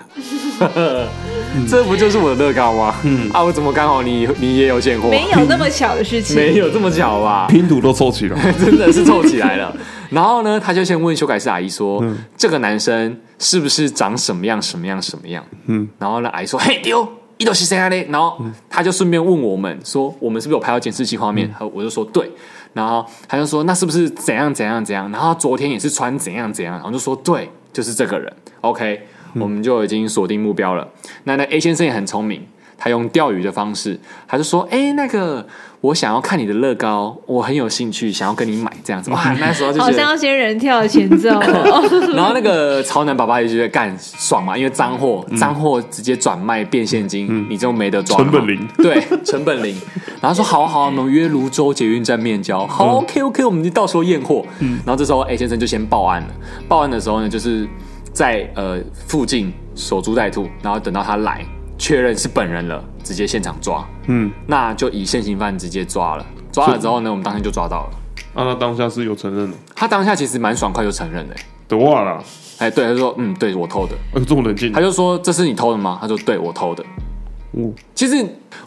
S5: 这不就是我的乐高吗？啊，我怎么刚好你你也有现货？
S1: 没有那么巧的事情，
S5: 没有这么巧吧？
S2: 拼图都凑齐了，
S5: 真的是凑起来了。嗯然后呢，他就先问修改师阿姨说：“这个男生是不是长什么样什么样什么样？”嗯，然后呢，阿姨说：“嘿丢，一都是谁啊嘞？”然后他就顺便问我们说：“我们是不是有拍到监视器画
S1: 嗯
S5: 面？”然后我就说：“对。”然后他就说：“那是不是怎样怎样怎样？”然后昨天也是穿怎样怎样，然后就说：“对，就是这个人。”OK，我
S1: 嗯
S5: 们就已经锁定目标了。那那 A 先生也很聪明，他用钓鱼的方式，他就说：“哎、那个，我想要看你的乐高，我很有兴趣，想要跟你买这样子。”哇，那时候 就
S1: 好
S5: 觉
S1: 像
S5: 得，
S1: 要仙人跳的前奏 哦，
S5: 然后那个潮男爸爸也觉得干爽嘛，因为脏货，脏货直接转卖变现金，你就没得抓了嘛，
S2: 嗯成本零
S5: 对，成本零。然后说好啊好啊，我们约泸州捷运站面
S2: 嗯
S5: 交，好、OK OK，我们就到时候验货。然后这时候 A 先生就先报案了。报案的时候呢，就是在呃附近守株待兔，然后等到他来确认是本人了，直接现场抓，
S2: 嗯，
S5: 那就以现行犯直接抓了。抓了之后呢，我们当天就抓到了。
S2: 啊，那当下是有承认的，
S5: 他当下其实蛮爽快就承认的、
S2: 得哇啦，
S5: 哎、对，他就说，嗯，对我偷的。
S2: 哎，这么冷静
S5: 他，就说这是你偷的吗？他说对我偷的。
S2: 哦
S5: 其实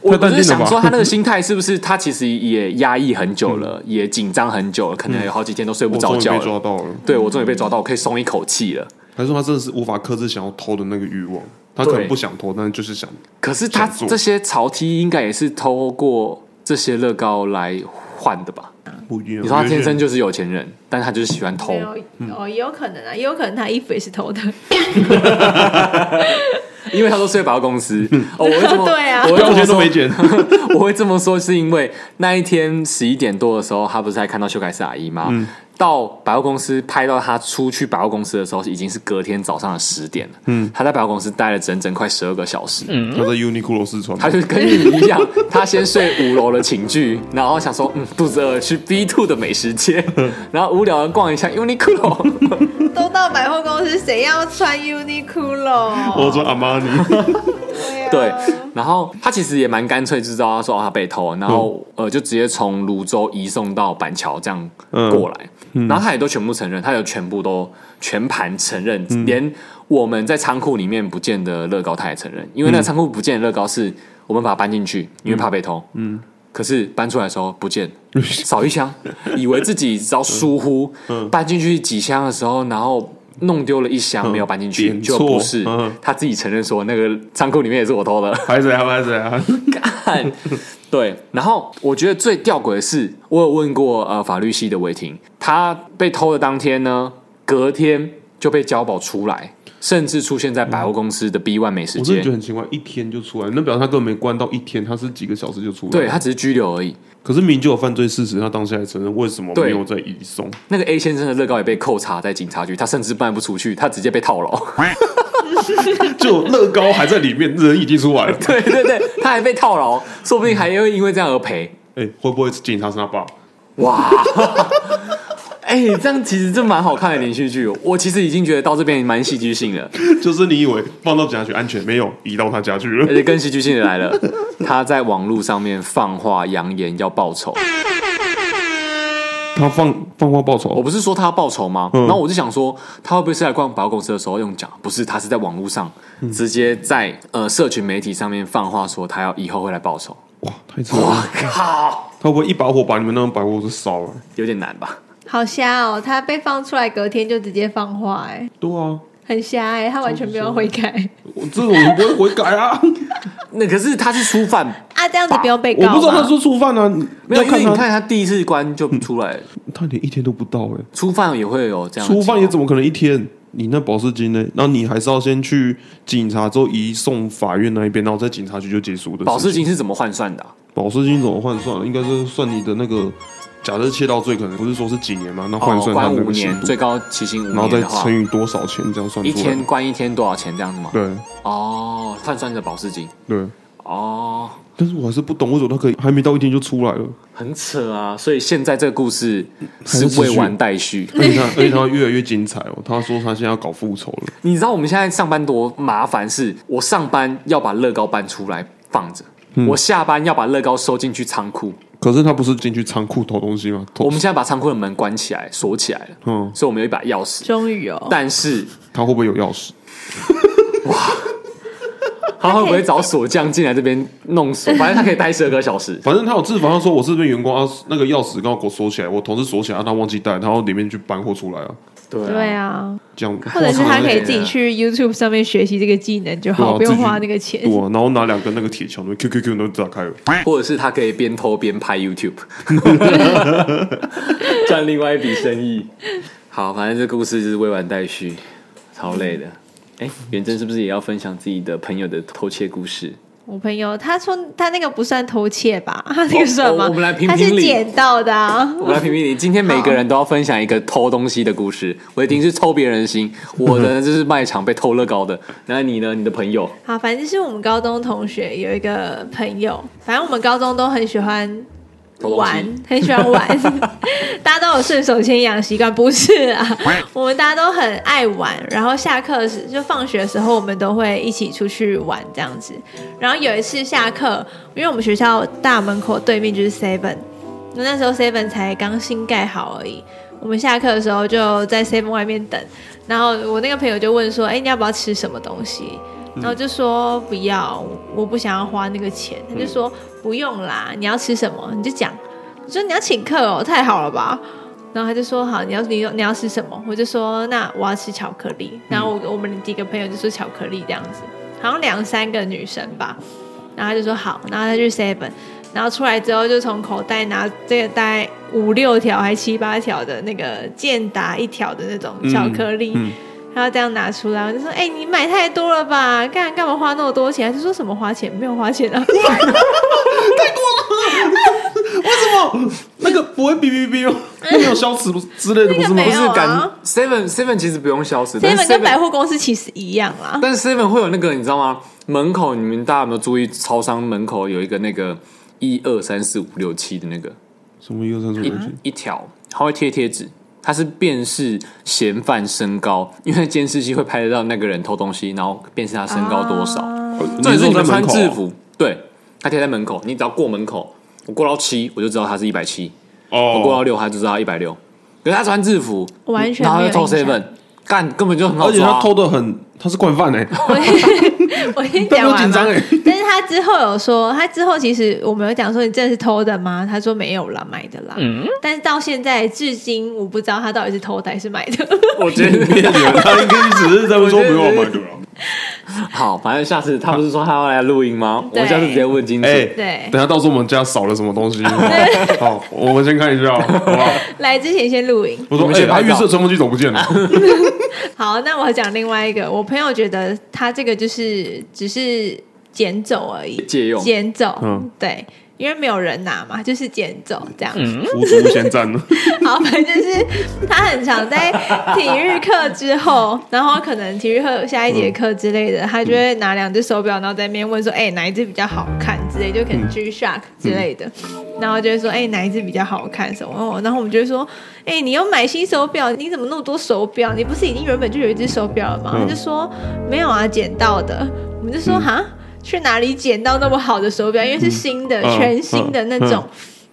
S5: 我
S2: 太淡定了吧
S5: 我是想说，他那个 心态是不是他其实也压抑很久了，也紧张很久了，可能有好几天都睡
S2: 嗯
S5: 不
S2: 我
S5: 着
S2: 终于
S5: 觉
S2: 被
S5: 了。
S2: 抓到了，
S5: 对我终于被抓到，我可以松一口气了。
S2: 还是他真的是无法克制想要偷的那个欲望，他可能
S5: 对
S2: 不想偷，但是就是想，
S5: 可是他
S2: 想做
S5: 这些潮 T 应该也是透过这些乐高来换的吧？
S2: 不一样
S5: 你说他天生就是有钱人，但他就是喜欢偷
S1: 没。有
S2: 嗯
S1: 哦，也有可能啊，也有可能他衣服也是偷的，
S5: 因为他都睡百货 公司。哦，我会这么
S1: 对啊
S5: 我会
S2: 标签
S5: 这
S2: 都
S5: 么
S2: 没
S5: 说，
S2: 剪，
S5: 我会这么说是因为那一天十一点多的时候，他不是还看到修改师阿姨吗？到百货公司拍到他出去百货公司的时候，已经是隔天早上的十点了。嗯，他在百货公司待了整整快十二个小时。
S2: 他在 Uniqlo 试穿，
S5: 嗯他就跟你一样，他先睡五楼的寝具，然后想说，嗯，肚子饿，去 B two 的美食街，然后无聊地逛一下 Uniqlo，
S1: 都到百货公司，谁要穿 Uniqlo？
S2: 我说阿 玛尼，
S1: 啊
S5: 对，然后他其实也蛮干脆，就知道他说哦他被偷，然后、呃就直接从泸州移送到板桥这样过来，然后他也都全部承认，他有全部都全盘承认，连我们在仓库里面不见的乐高他也承认，因为那个仓库不见的乐高是我们把它搬进去，因为怕被偷，嗯。可是搬出来的时候 不见，少一箱，以为自己只要疏忽，
S2: 嗯
S5: 搬进去几箱的时候，然后弄丢了一箱，没有搬进去，
S2: 点嗯
S5: 就
S2: 错
S5: 不是
S2: 嗯
S5: 他自己承认说那个仓库里面也是我偷的。
S2: 拍谁啊拍谁啊，
S5: 干，对。然后我觉得最吊诡的是，我有问过呃法律系的韦霆，他被偷的当天呢，隔天就被交保出来，甚至出现在百货公司的 B One 美
S2: 嗯
S5: 食
S2: 我真的
S5: 街
S2: 觉得。很奇怪，一天就出来，那表示他根本没关到一天，他是几个小时就出来，
S5: 对他只是拘留而已。
S2: 可是明明就有犯罪事实，他当下还承认，为什么
S5: 对
S2: 没有在移送？
S5: 那个 A 先生的乐高也被扣查在警察局，他甚至办不出去，他直接被套牢。
S2: 就乐高还在里面，人已经出来 了。
S5: 对对对，他还被套牢，说不定还因为因为这样而赔。
S2: 哎、会不会警察是他爸？
S5: 嗯哇！ 哎、这样其实这蛮好看的连续剧哦。我其实已经觉得到这边蛮戏剧性了，
S2: 就是你以为放到警察局安全，没有移到他家去了
S5: 而。且更戏剧性的来了， 他在网络上面放话扬言要报仇。
S2: 他放放话报
S5: 我
S2: 仇，
S5: 不是说他要报仇吗？然后我就想说，他会不会是来逛百货公司的时候用讲？不是，他是在网络上直接在呃社群媒体上面放话说他要以后会来报仇。
S2: 哇，太扯了！
S5: 靠，
S2: 他会不会一把火把你们那种百货公司烧了？
S5: 有点难吧？
S1: 好瞎哦！他被放出来，隔天就直接放话、哎，
S2: 对啊，
S1: 很瞎哎、他完全没有悔改
S2: 我这种人不会悔改 啊！
S5: 那可是他是初犯，
S1: 啊，这样子不用被告
S2: 我
S1: 吧
S2: 不知道他说触犯啊，你
S5: 没
S2: 要
S5: 有，因为
S2: 看
S5: 你看
S2: 他，
S5: 他第一次关就出来了，
S2: 他连一天都不到哎、
S5: 初犯也会有这样的情
S2: 初
S5: 况，
S2: 犯也怎么可能一天？你那保释金呢？然后你还是要先去警察之后移送法院那一边，然后在警察局就结束的。
S5: 保释金是怎么换算的啊、
S2: 保释金怎么换算？应该是算你的那个，假设窃盗罪可能不是说是几年嘛，那换算
S5: 哦、
S2: 它
S5: 关
S2: 那
S5: 五
S2: 个刑
S5: 年，
S2: 度，
S5: 最高期刑
S2: 然
S5: 五
S2: 后
S5: 年
S2: 再
S5: 的话，
S2: 乘以多少钱，这样算
S5: 一
S2: 出来
S5: 天。关一天多少钱这样子吗？
S2: 对
S5: 哦，换算着保释金。
S2: 对，
S5: 哦，
S2: 但是我还是不懂为什么他可以还没到一天就出来了，
S5: 很扯啊！所以现在这个故事是
S2: 还是持续
S5: 未完待续。
S2: 而且 他而且他越来越精彩哦。他说他现在要搞复仇了，
S5: 你知道我们现在上班多麻烦是？我上班要把乐高搬出来放着，
S2: 嗯
S5: 我下班要把乐高收进去仓库。
S2: 可是他不是进去仓库偷东西吗？
S5: 我
S2: 偷
S5: 们，现在把仓库的门关起来、锁起来了，
S2: 嗯，
S5: 所以我们有一把钥匙。
S1: 终于哦，
S5: 但是
S2: 他会不会有钥匙？
S5: 他会不会找锁匠进来这边弄 锁？反正他可以待十二个小时。
S2: 反正他有自防，他说我是不是员工啊？那个钥匙刚好给我锁起来，我同事锁起来，啊他忘记带，他要里面去搬货出来啊，
S5: 对
S1: 对啊，
S2: 这样。
S1: 或者是他可以
S5: 哇
S1: 自己去 YouTube 上面学习这个技能就
S2: 对啊
S1: 好，不用
S2: 自己
S1: 花那个钱
S2: 对。啊，然后拿两根那个铁锹，那 Q Q Q 都打开了。
S5: 或者是他可以边偷边拍 YouTube，赚另外一笔生意。好，反正这故事就是未完待续，超累的。哎、元真是不是也要分享自己的朋友的偷窃故事？
S1: 我朋友他说他那个不算偷窃吧，他那个算吗？
S5: 哦我我们来评
S1: 他
S5: 评理哦
S1: 是捡到的、啊。
S5: 我来评评理，今天每个人都要分享一个偷东西的故事。我一定是偷别人的心，我的呢就是卖场被偷乐高的。那你呢？你的朋友
S1: 好，反正是我们高中同学有一个朋友，反正我们高中都很喜欢
S5: 偷东
S1: 玩
S5: 西。，
S1: 很喜欢玩， 大家都有顺手牵羊习惯，不是啊？我们大家都很爱玩，然后下课时就放学的时候，我们都会一起出去玩这样子。然后有一次下课，因为我们学校大门口对面就是 Seven，那那时候 Seven 才刚新盖好而已。我们下课的时候就在 Seven 外面等，然后我那个朋友就问说：“哎、你要不要吃什么东西？”然后就说不要，我不想要花那个钱。他就说不用啦，你要吃什么你就讲。我说你要请客哦，太好了吧？然后他就说好，你要你你要吃什么？我就说那我要吃巧克力。然后我我们几个朋友就说巧克力这样子，好像两三个女生吧。然后他就说好，然后他去 seven，然后出来之后就从口袋拿这个大概五六条还七八条的那个健达一条的那种巧克力。
S2: 嗯
S1: 他要这样拿出来，我就说：“哎、你买太多了吧？干干嘛花那么多钱？”他就说什么花钱？没有花 钱啊！
S2: 那个不会哔哔哔 哦，那没有消磁之类的不是
S1: 那个
S2: 吗
S1: 没？
S5: 不
S1: 有
S5: 是敢
S1: 啊
S5: Seven Seven 其实不用消失，但是
S1: seven 跟百
S5: Seven
S1: 货公司其实一样 啦。
S5: 但是 Seven 会有那个你知道吗？门口你们大家有没有注意？超商门口有一个那个一二三四五六七的那个
S2: 什么一二三四五六
S1: 嗯
S2: 七？
S5: 一条，它会贴贴纸，它是辨识嫌犯身高，因为监视器会拍得到那个人偷东西，然后辨识他身高多少。
S1: 啊嗯
S2: 哦
S5: 重点是
S2: 你
S5: 你
S2: 说
S5: 们
S2: 在门
S5: 穿
S2: 口
S5: 制服，对，它贴在门口，你只要过门口，我过到七，我就知道他是一百七；我过到
S2: 哦，
S5: 六，他就知道一百六。可是他穿制服，
S1: 完全
S5: 然后
S1: 没
S5: 他
S1: 有
S5: 就偷
S1: 印象
S5: seven，干根本就很好
S2: 而且
S5: 抓
S2: 他。偷的很，他是惯犯 哎，
S1: 我先讲
S2: 但没有
S1: 完
S2: 紧
S1: 嘛
S2: 张哎，
S1: 但是他之后有说，他之后其实我们有讲说你这是偷的吗？他说没有啦，买的啦。
S2: 嗯
S1: 但是到现在至今，我不知道他到底是偷的还是买的。
S5: 我 觉得
S2: 骗人，他应该只是在说不用买的啊。
S5: 好，反正下次他不是说他要来录音吗？我
S1: 对
S5: 们下次直接问清楚。
S2: 哎，
S1: 对
S2: 等下到时候我们家少了什么 东西，好，我们先看一下，好不好？
S1: 来之前先录影。
S2: 我说，
S5: 你们
S2: 哎，
S5: 先
S2: 他
S5: 拍照
S2: 预设冲锋机怎么不见 了？
S1: 好，那我讲另外一个，我朋友觉得他这个就是只是捡走而已，
S5: 借用
S1: 捡走，
S2: 嗯
S1: 对，因为没有人拿嘛，就是捡走这样。
S2: 无足 先战了，
S1: 好，反正就是他很常在体育课之后，然后可能体育课下一节课之类的，他就会拿两只手表，然后在那边问说：“哎、哪一只比较好看？”之类，就可能 G Shock 之类的，然后就会说：“哎、哪一只比较好看？”什么？哦然后我们就会说：“哎、你又买新手表，你怎么那么多手表？你不是已经原本就有一只手表了吗？”
S2: 嗯
S1: 他就说：“没有啊，捡到的。”我们就说：“哈。”去哪里捡到那么好的手表？因为是新的、
S2: 嗯
S1: 全新的那
S2: 嗯
S1: 种，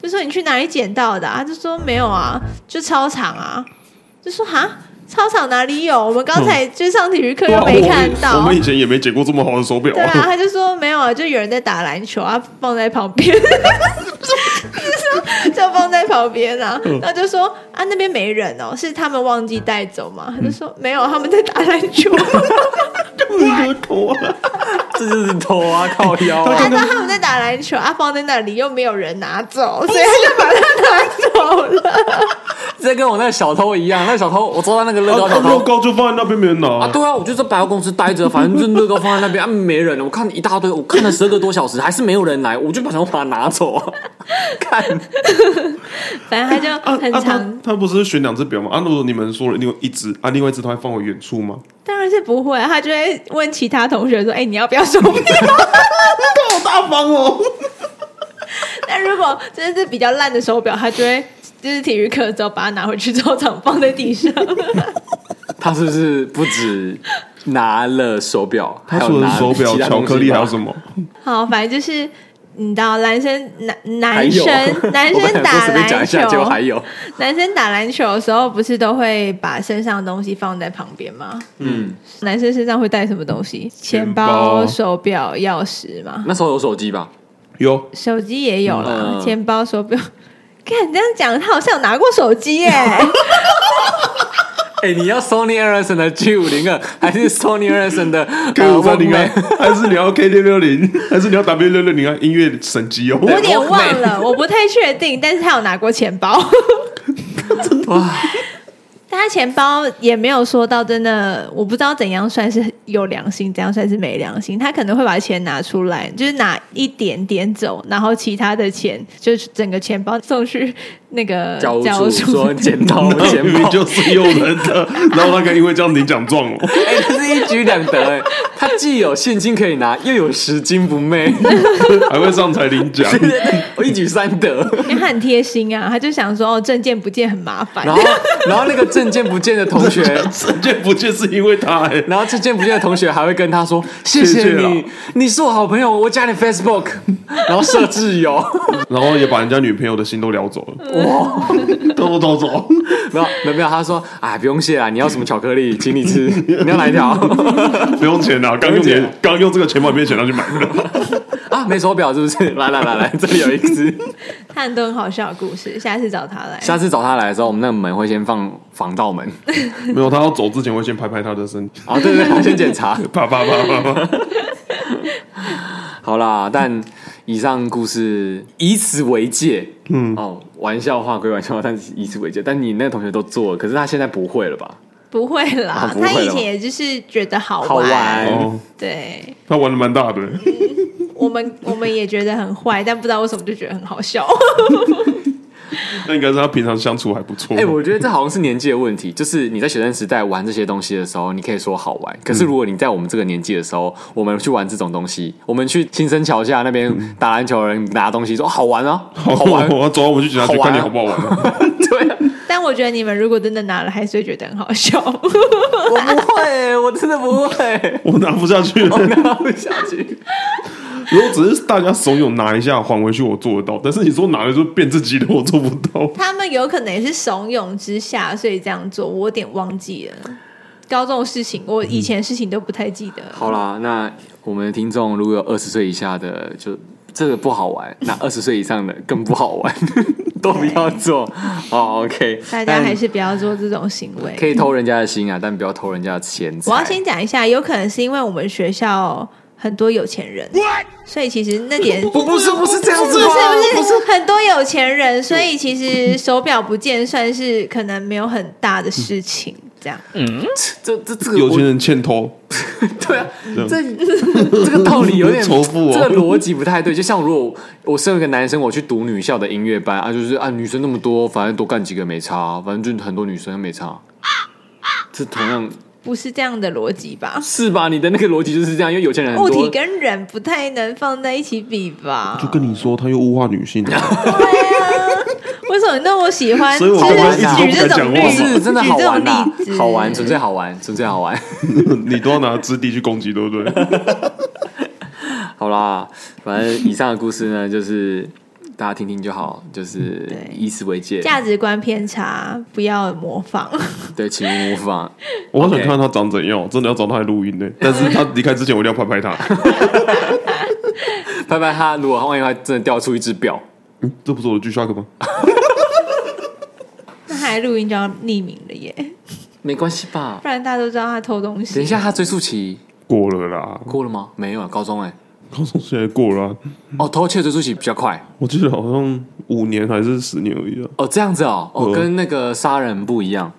S1: 就说你去哪里捡到的、啊？他就说没有啊，就操场啊。就说哈，操场哪里有？我们刚才就上体育课又没看
S2: 嗯我
S1: 到
S2: 们。以前也没捡过这么好的手表
S1: 对啊，他就说没有啊，就有人在打篮球啊，放在旁边， 就说就放在旁边啊。
S2: 嗯
S1: 他就说啊，那边没人哦，是他们忘记带走
S2: 嗯
S1: 嘛？他就说没有，他们在打篮球。
S2: 啊，头啊！
S5: 这就是偷啊，靠腰
S1: 他
S5: 啊！
S1: 说他们在打篮球啊，放在那里又没有人拿走，所以他就把它拿走了。
S5: 这跟我那个小偷一样，那个小偷我抓到那个乐高小
S2: 啊乐
S5: 偷。
S2: 高就放在那边没人
S5: 啊，
S2: 拿，
S5: 对啊，我就在百货公司待着，反正就乐高放在那边，啊，没人了。我看一大堆，我看了十二个多小时，还是没有人来，我就把想把它拿 走啊。看，
S1: 反正他
S2: 啊
S1: 就很
S2: 啊，
S1: 常
S2: 他他不是选两只表吗？啊，如果你们说了另外一只，啊，另外一只他会放回原处吗？
S1: 当然是不会，他就会问其他同学说：“哎、你要不要手表
S2: 好大方哦！？”
S1: 但如果真的是比较烂的手表，他就会就是体育课之后把它拿回去操场放在地 上。
S5: 他是不是不止拿了手表，
S2: 他
S5: 还有
S2: 除了
S5: 拿
S2: 手表、
S5: 其他
S2: 巧
S5: 东西
S2: 克力
S5: 吧
S2: 还有什么？
S1: 好，反正就是嗯你知道，男生男男
S5: 还有
S1: 生男
S5: 我本
S1: 生
S5: 来
S1: 打
S5: 说随便讲
S1: 篮
S5: 一下，结
S1: 球
S5: 果，还有。
S1: 男生打篮球的时候不是都会把身上的东西放在旁边吗？
S5: 嗯，
S1: 男生身上会带什么东西？嗯钱
S2: 包
S1: 包、手表、钥匙吗？
S5: 那时候有手机吧？
S2: 有
S1: 手机也有啦，
S5: 嗯
S1: 钱包、手表。看你这样讲，他好像有拿过手机耶、
S5: 哎、你要 Sony Ericsson 的 G 五零二，还是 Sony Ericsson 的呃
S2: K 五三零啊
S5: Walkman？，
S2: 还是你要 K 六六零， 还是你要 W 六六零啊？音乐省级哦，
S1: 我有点忘
S5: Walkman
S1: 了，我不太确定，但是他有拿过钱包。但他钱包也没有说到真的，我不知道怎样算是有良心，怎样算是没良心。他可能会把钱拿出来，就是拿一点点走，然后其他的钱就是整个钱包送去那个
S5: 教
S1: 教
S5: 主
S1: 务
S5: 说捡到
S2: 那
S5: 钱
S2: 明明
S5: 包，
S2: 就是有人的，然后他可以因为这样领奖状哦，
S5: 哎、这是一举两得哎、他既有现金可以拿，又有拾金 不昧，
S2: 还会上台领奖，
S5: 我一举三得。
S1: 因为他很贴心啊，他就想说哦，证件不见很麻烦
S5: 然，后，然后那个证件不见的同学，
S2: 证件不见是因为他哎、
S5: 然后证件不见的同学还会跟他说：“谢
S2: 谢
S5: 谢
S2: 啦
S5: 你，你是我好朋友，我加你 Facebook。”然后设置友，
S2: 然后也把人家女朋友的心都撩走了，
S5: 哇，
S2: 都偷走。
S5: 没有没有没有，他说：“啊，不用谢啦，你要什么巧克力，请你吃，你要哪一条
S2: 不用钱啦，刚用钱，刚用这个钱把里面的钱拿去买了。
S5: 啊？没手表是不是？ 来来来来，这里有一只。”
S1: 他很多很好笑的故事，下次找他来。
S5: 下次找他来的时候，我们那个门会先放防盗门。
S2: 没有，他要走之前会先拍拍他的身体，
S5: 啊，对对，对先检查。
S2: 啪啪啪啪啪。
S5: 好啦，但以上故事以此为戒。嗯，哦，玩笑话归玩笑话，但是以此为戒。但你那个同学都做了，可是他现在不会了吧？
S1: 不会啦，
S5: 啊不会
S1: 他
S5: 了
S1: 以前也就是觉得好玩。
S5: 好玩
S2: 哦，
S1: 对，
S2: 他玩的蛮大的，
S1: 我们我们也觉得很坏，但不知道为什么就觉得很好笑。
S2: 那应该是他平常相处还不错。
S5: 哎、我觉得这好像是年纪的问题。就是你在学生时代玩这些东西的时候，你可以说好玩。可是如果你在我们这个年纪的时候，我们去玩这种东西，我们去新生桥下那边打篮球的人拿东西说好玩啊，嗯 好玩，
S2: 我走啊，我们去警察局
S5: 好玩
S2: 看
S5: 啊
S2: 你好不好玩啊。
S5: 对啊。
S1: 但我觉得你们如果真的拿了，还是会觉得很好 笑。
S5: 我不会，我真的不会，
S2: 我拿不下去，
S5: 我拿不下去。
S2: 如果只是大家怂恿拿一下还回去，我做得到。但是你说拿了就变自己的，我做不到。
S1: 他们有可能也是怂恿之下，所以这样做。我有点忘记了高中的事情，我以前的事情都不太记得。
S5: 好啦，那我们的听众如果有二十岁以下的，就这个不好玩；那二十岁以上的更不好玩， 都不要做。哦，OK，
S1: 大家还
S5: 但
S1: 是不要做这种行为。
S5: 可以偷人家的心啊，但不要偷人家的钱财。
S1: 我要先讲一下，有可能是因为我们学校很多有钱人，所以其实那点
S5: 不不是不是这样子吗？
S1: 不 是很多有钱人，所以其实手表不见算是可能没有很大的事情。这样，
S5: 嗯这这这个
S2: 有
S5: 呃我
S2: 钱人欠偷，
S5: 对啊，这这个道理有点
S2: 仇富哦
S5: 这个逻辑不太对。就像如果我身为一个男生，我去读女校的音乐班啊，就是啊，女生那么多，反正多干几个没差啊，反正就很多女生没差。这同样
S1: 不是这样的逻辑吧？
S5: 是吧？你的那个逻辑就是这样，因为有钱人
S1: 物
S5: 很
S1: 哦体
S5: 多。
S1: 跟人不太能放在一起比吧？
S2: 就跟你说，他又物化女性。啊
S1: 为什么你那么喜欢？
S2: 所以我
S1: 就是
S2: 刚刚
S5: 一直
S1: 举
S2: 都
S1: 这
S2: 不
S1: 种
S2: 敢讲
S1: 例
S2: 话
S5: 不
S1: 子，
S5: 是真的好玩
S1: 举这
S5: 啦
S1: 种例子，
S5: 好玩，纯粹好玩，纯粹好玩。
S2: 你都要拿质地去攻击， 对不对？
S5: 好啦，反正以上的故事呢，就是大家听听就好，就是
S1: 对
S5: 以此为戒，
S1: 价值观偏差，不要模 仿。
S5: 对，请勿模仿。
S2: 我好想看他长怎样，真的要找他来录 音呢。但是他离开之前，我一定要拍拍他。
S5: 拜拜，他如果万一他真的掉出一只表，
S2: 嗯这不是我的 G Shock 吗？
S1: 那还录音就要匿名了耶，
S5: 没关系吧？
S1: 不然大家都知道他偷东西。
S5: 等一下，，他追溯期
S2: 过了啦，
S5: 过了吗？没有啊，高中哎、
S2: 高中现在过了啊、
S5: 哦，偷窃追溯期比较快
S2: 我记得好像五年还是十年而已啊。
S5: 哦，这样子哦，哦，
S2: 嗯
S5: 跟那个杀人不一样，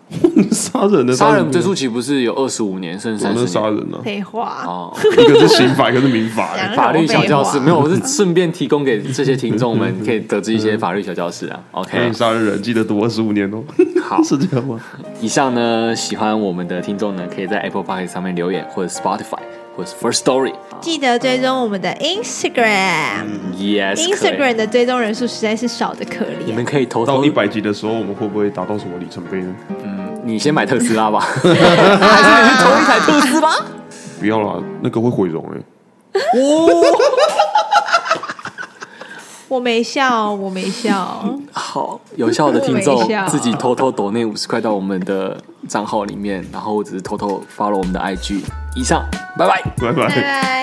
S2: 杀人的
S5: 杀人追溯
S2: 我
S5: 期不是有二十五年甚至三
S2: 那
S5: 十
S2: 是杀
S5: 年
S2: 人 啊，
S1: 废话，
S5: 哦。
S2: 一个是刑法，一个是民法、
S1: 讲
S2: 欸。
S5: 法律小教室
S1: 废话
S5: 没有，我是顺便提供给这些听众们，可以得知一些法律小 教室啊。OK，
S2: 哎，杀人人记得读二十五年哦，
S5: 好，
S2: 是这样吗？
S5: 以上呢，喜欢我们的听众呢，可以在 Apple Podcast 上面留言，或者 Spotify，或者是 First Story。
S1: 记得追踪我们的 Instagram。
S5: Yes，可以
S1: Instagram 的追踪人数实在是少的可
S5: 你
S1: 怜
S5: 们，可以投
S2: 到
S5: 投
S2: 一，百集的时候，我们会不会达到什么里程碑呢？
S5: 你先买特 斯拉吧， 还是你去投一台特斯拉？
S2: 不要啦，那个会毁容哎、
S1: 我没笑，我没 笑，
S5: 好，有效的听众
S1: 微笑
S5: 自己偷偷抖那五十块到我们的账号里面，然后我只是偷偷发了我们的 IG。以上，拜拜。
S2: 拜拜
S5: 哎
S1: 拜。拜。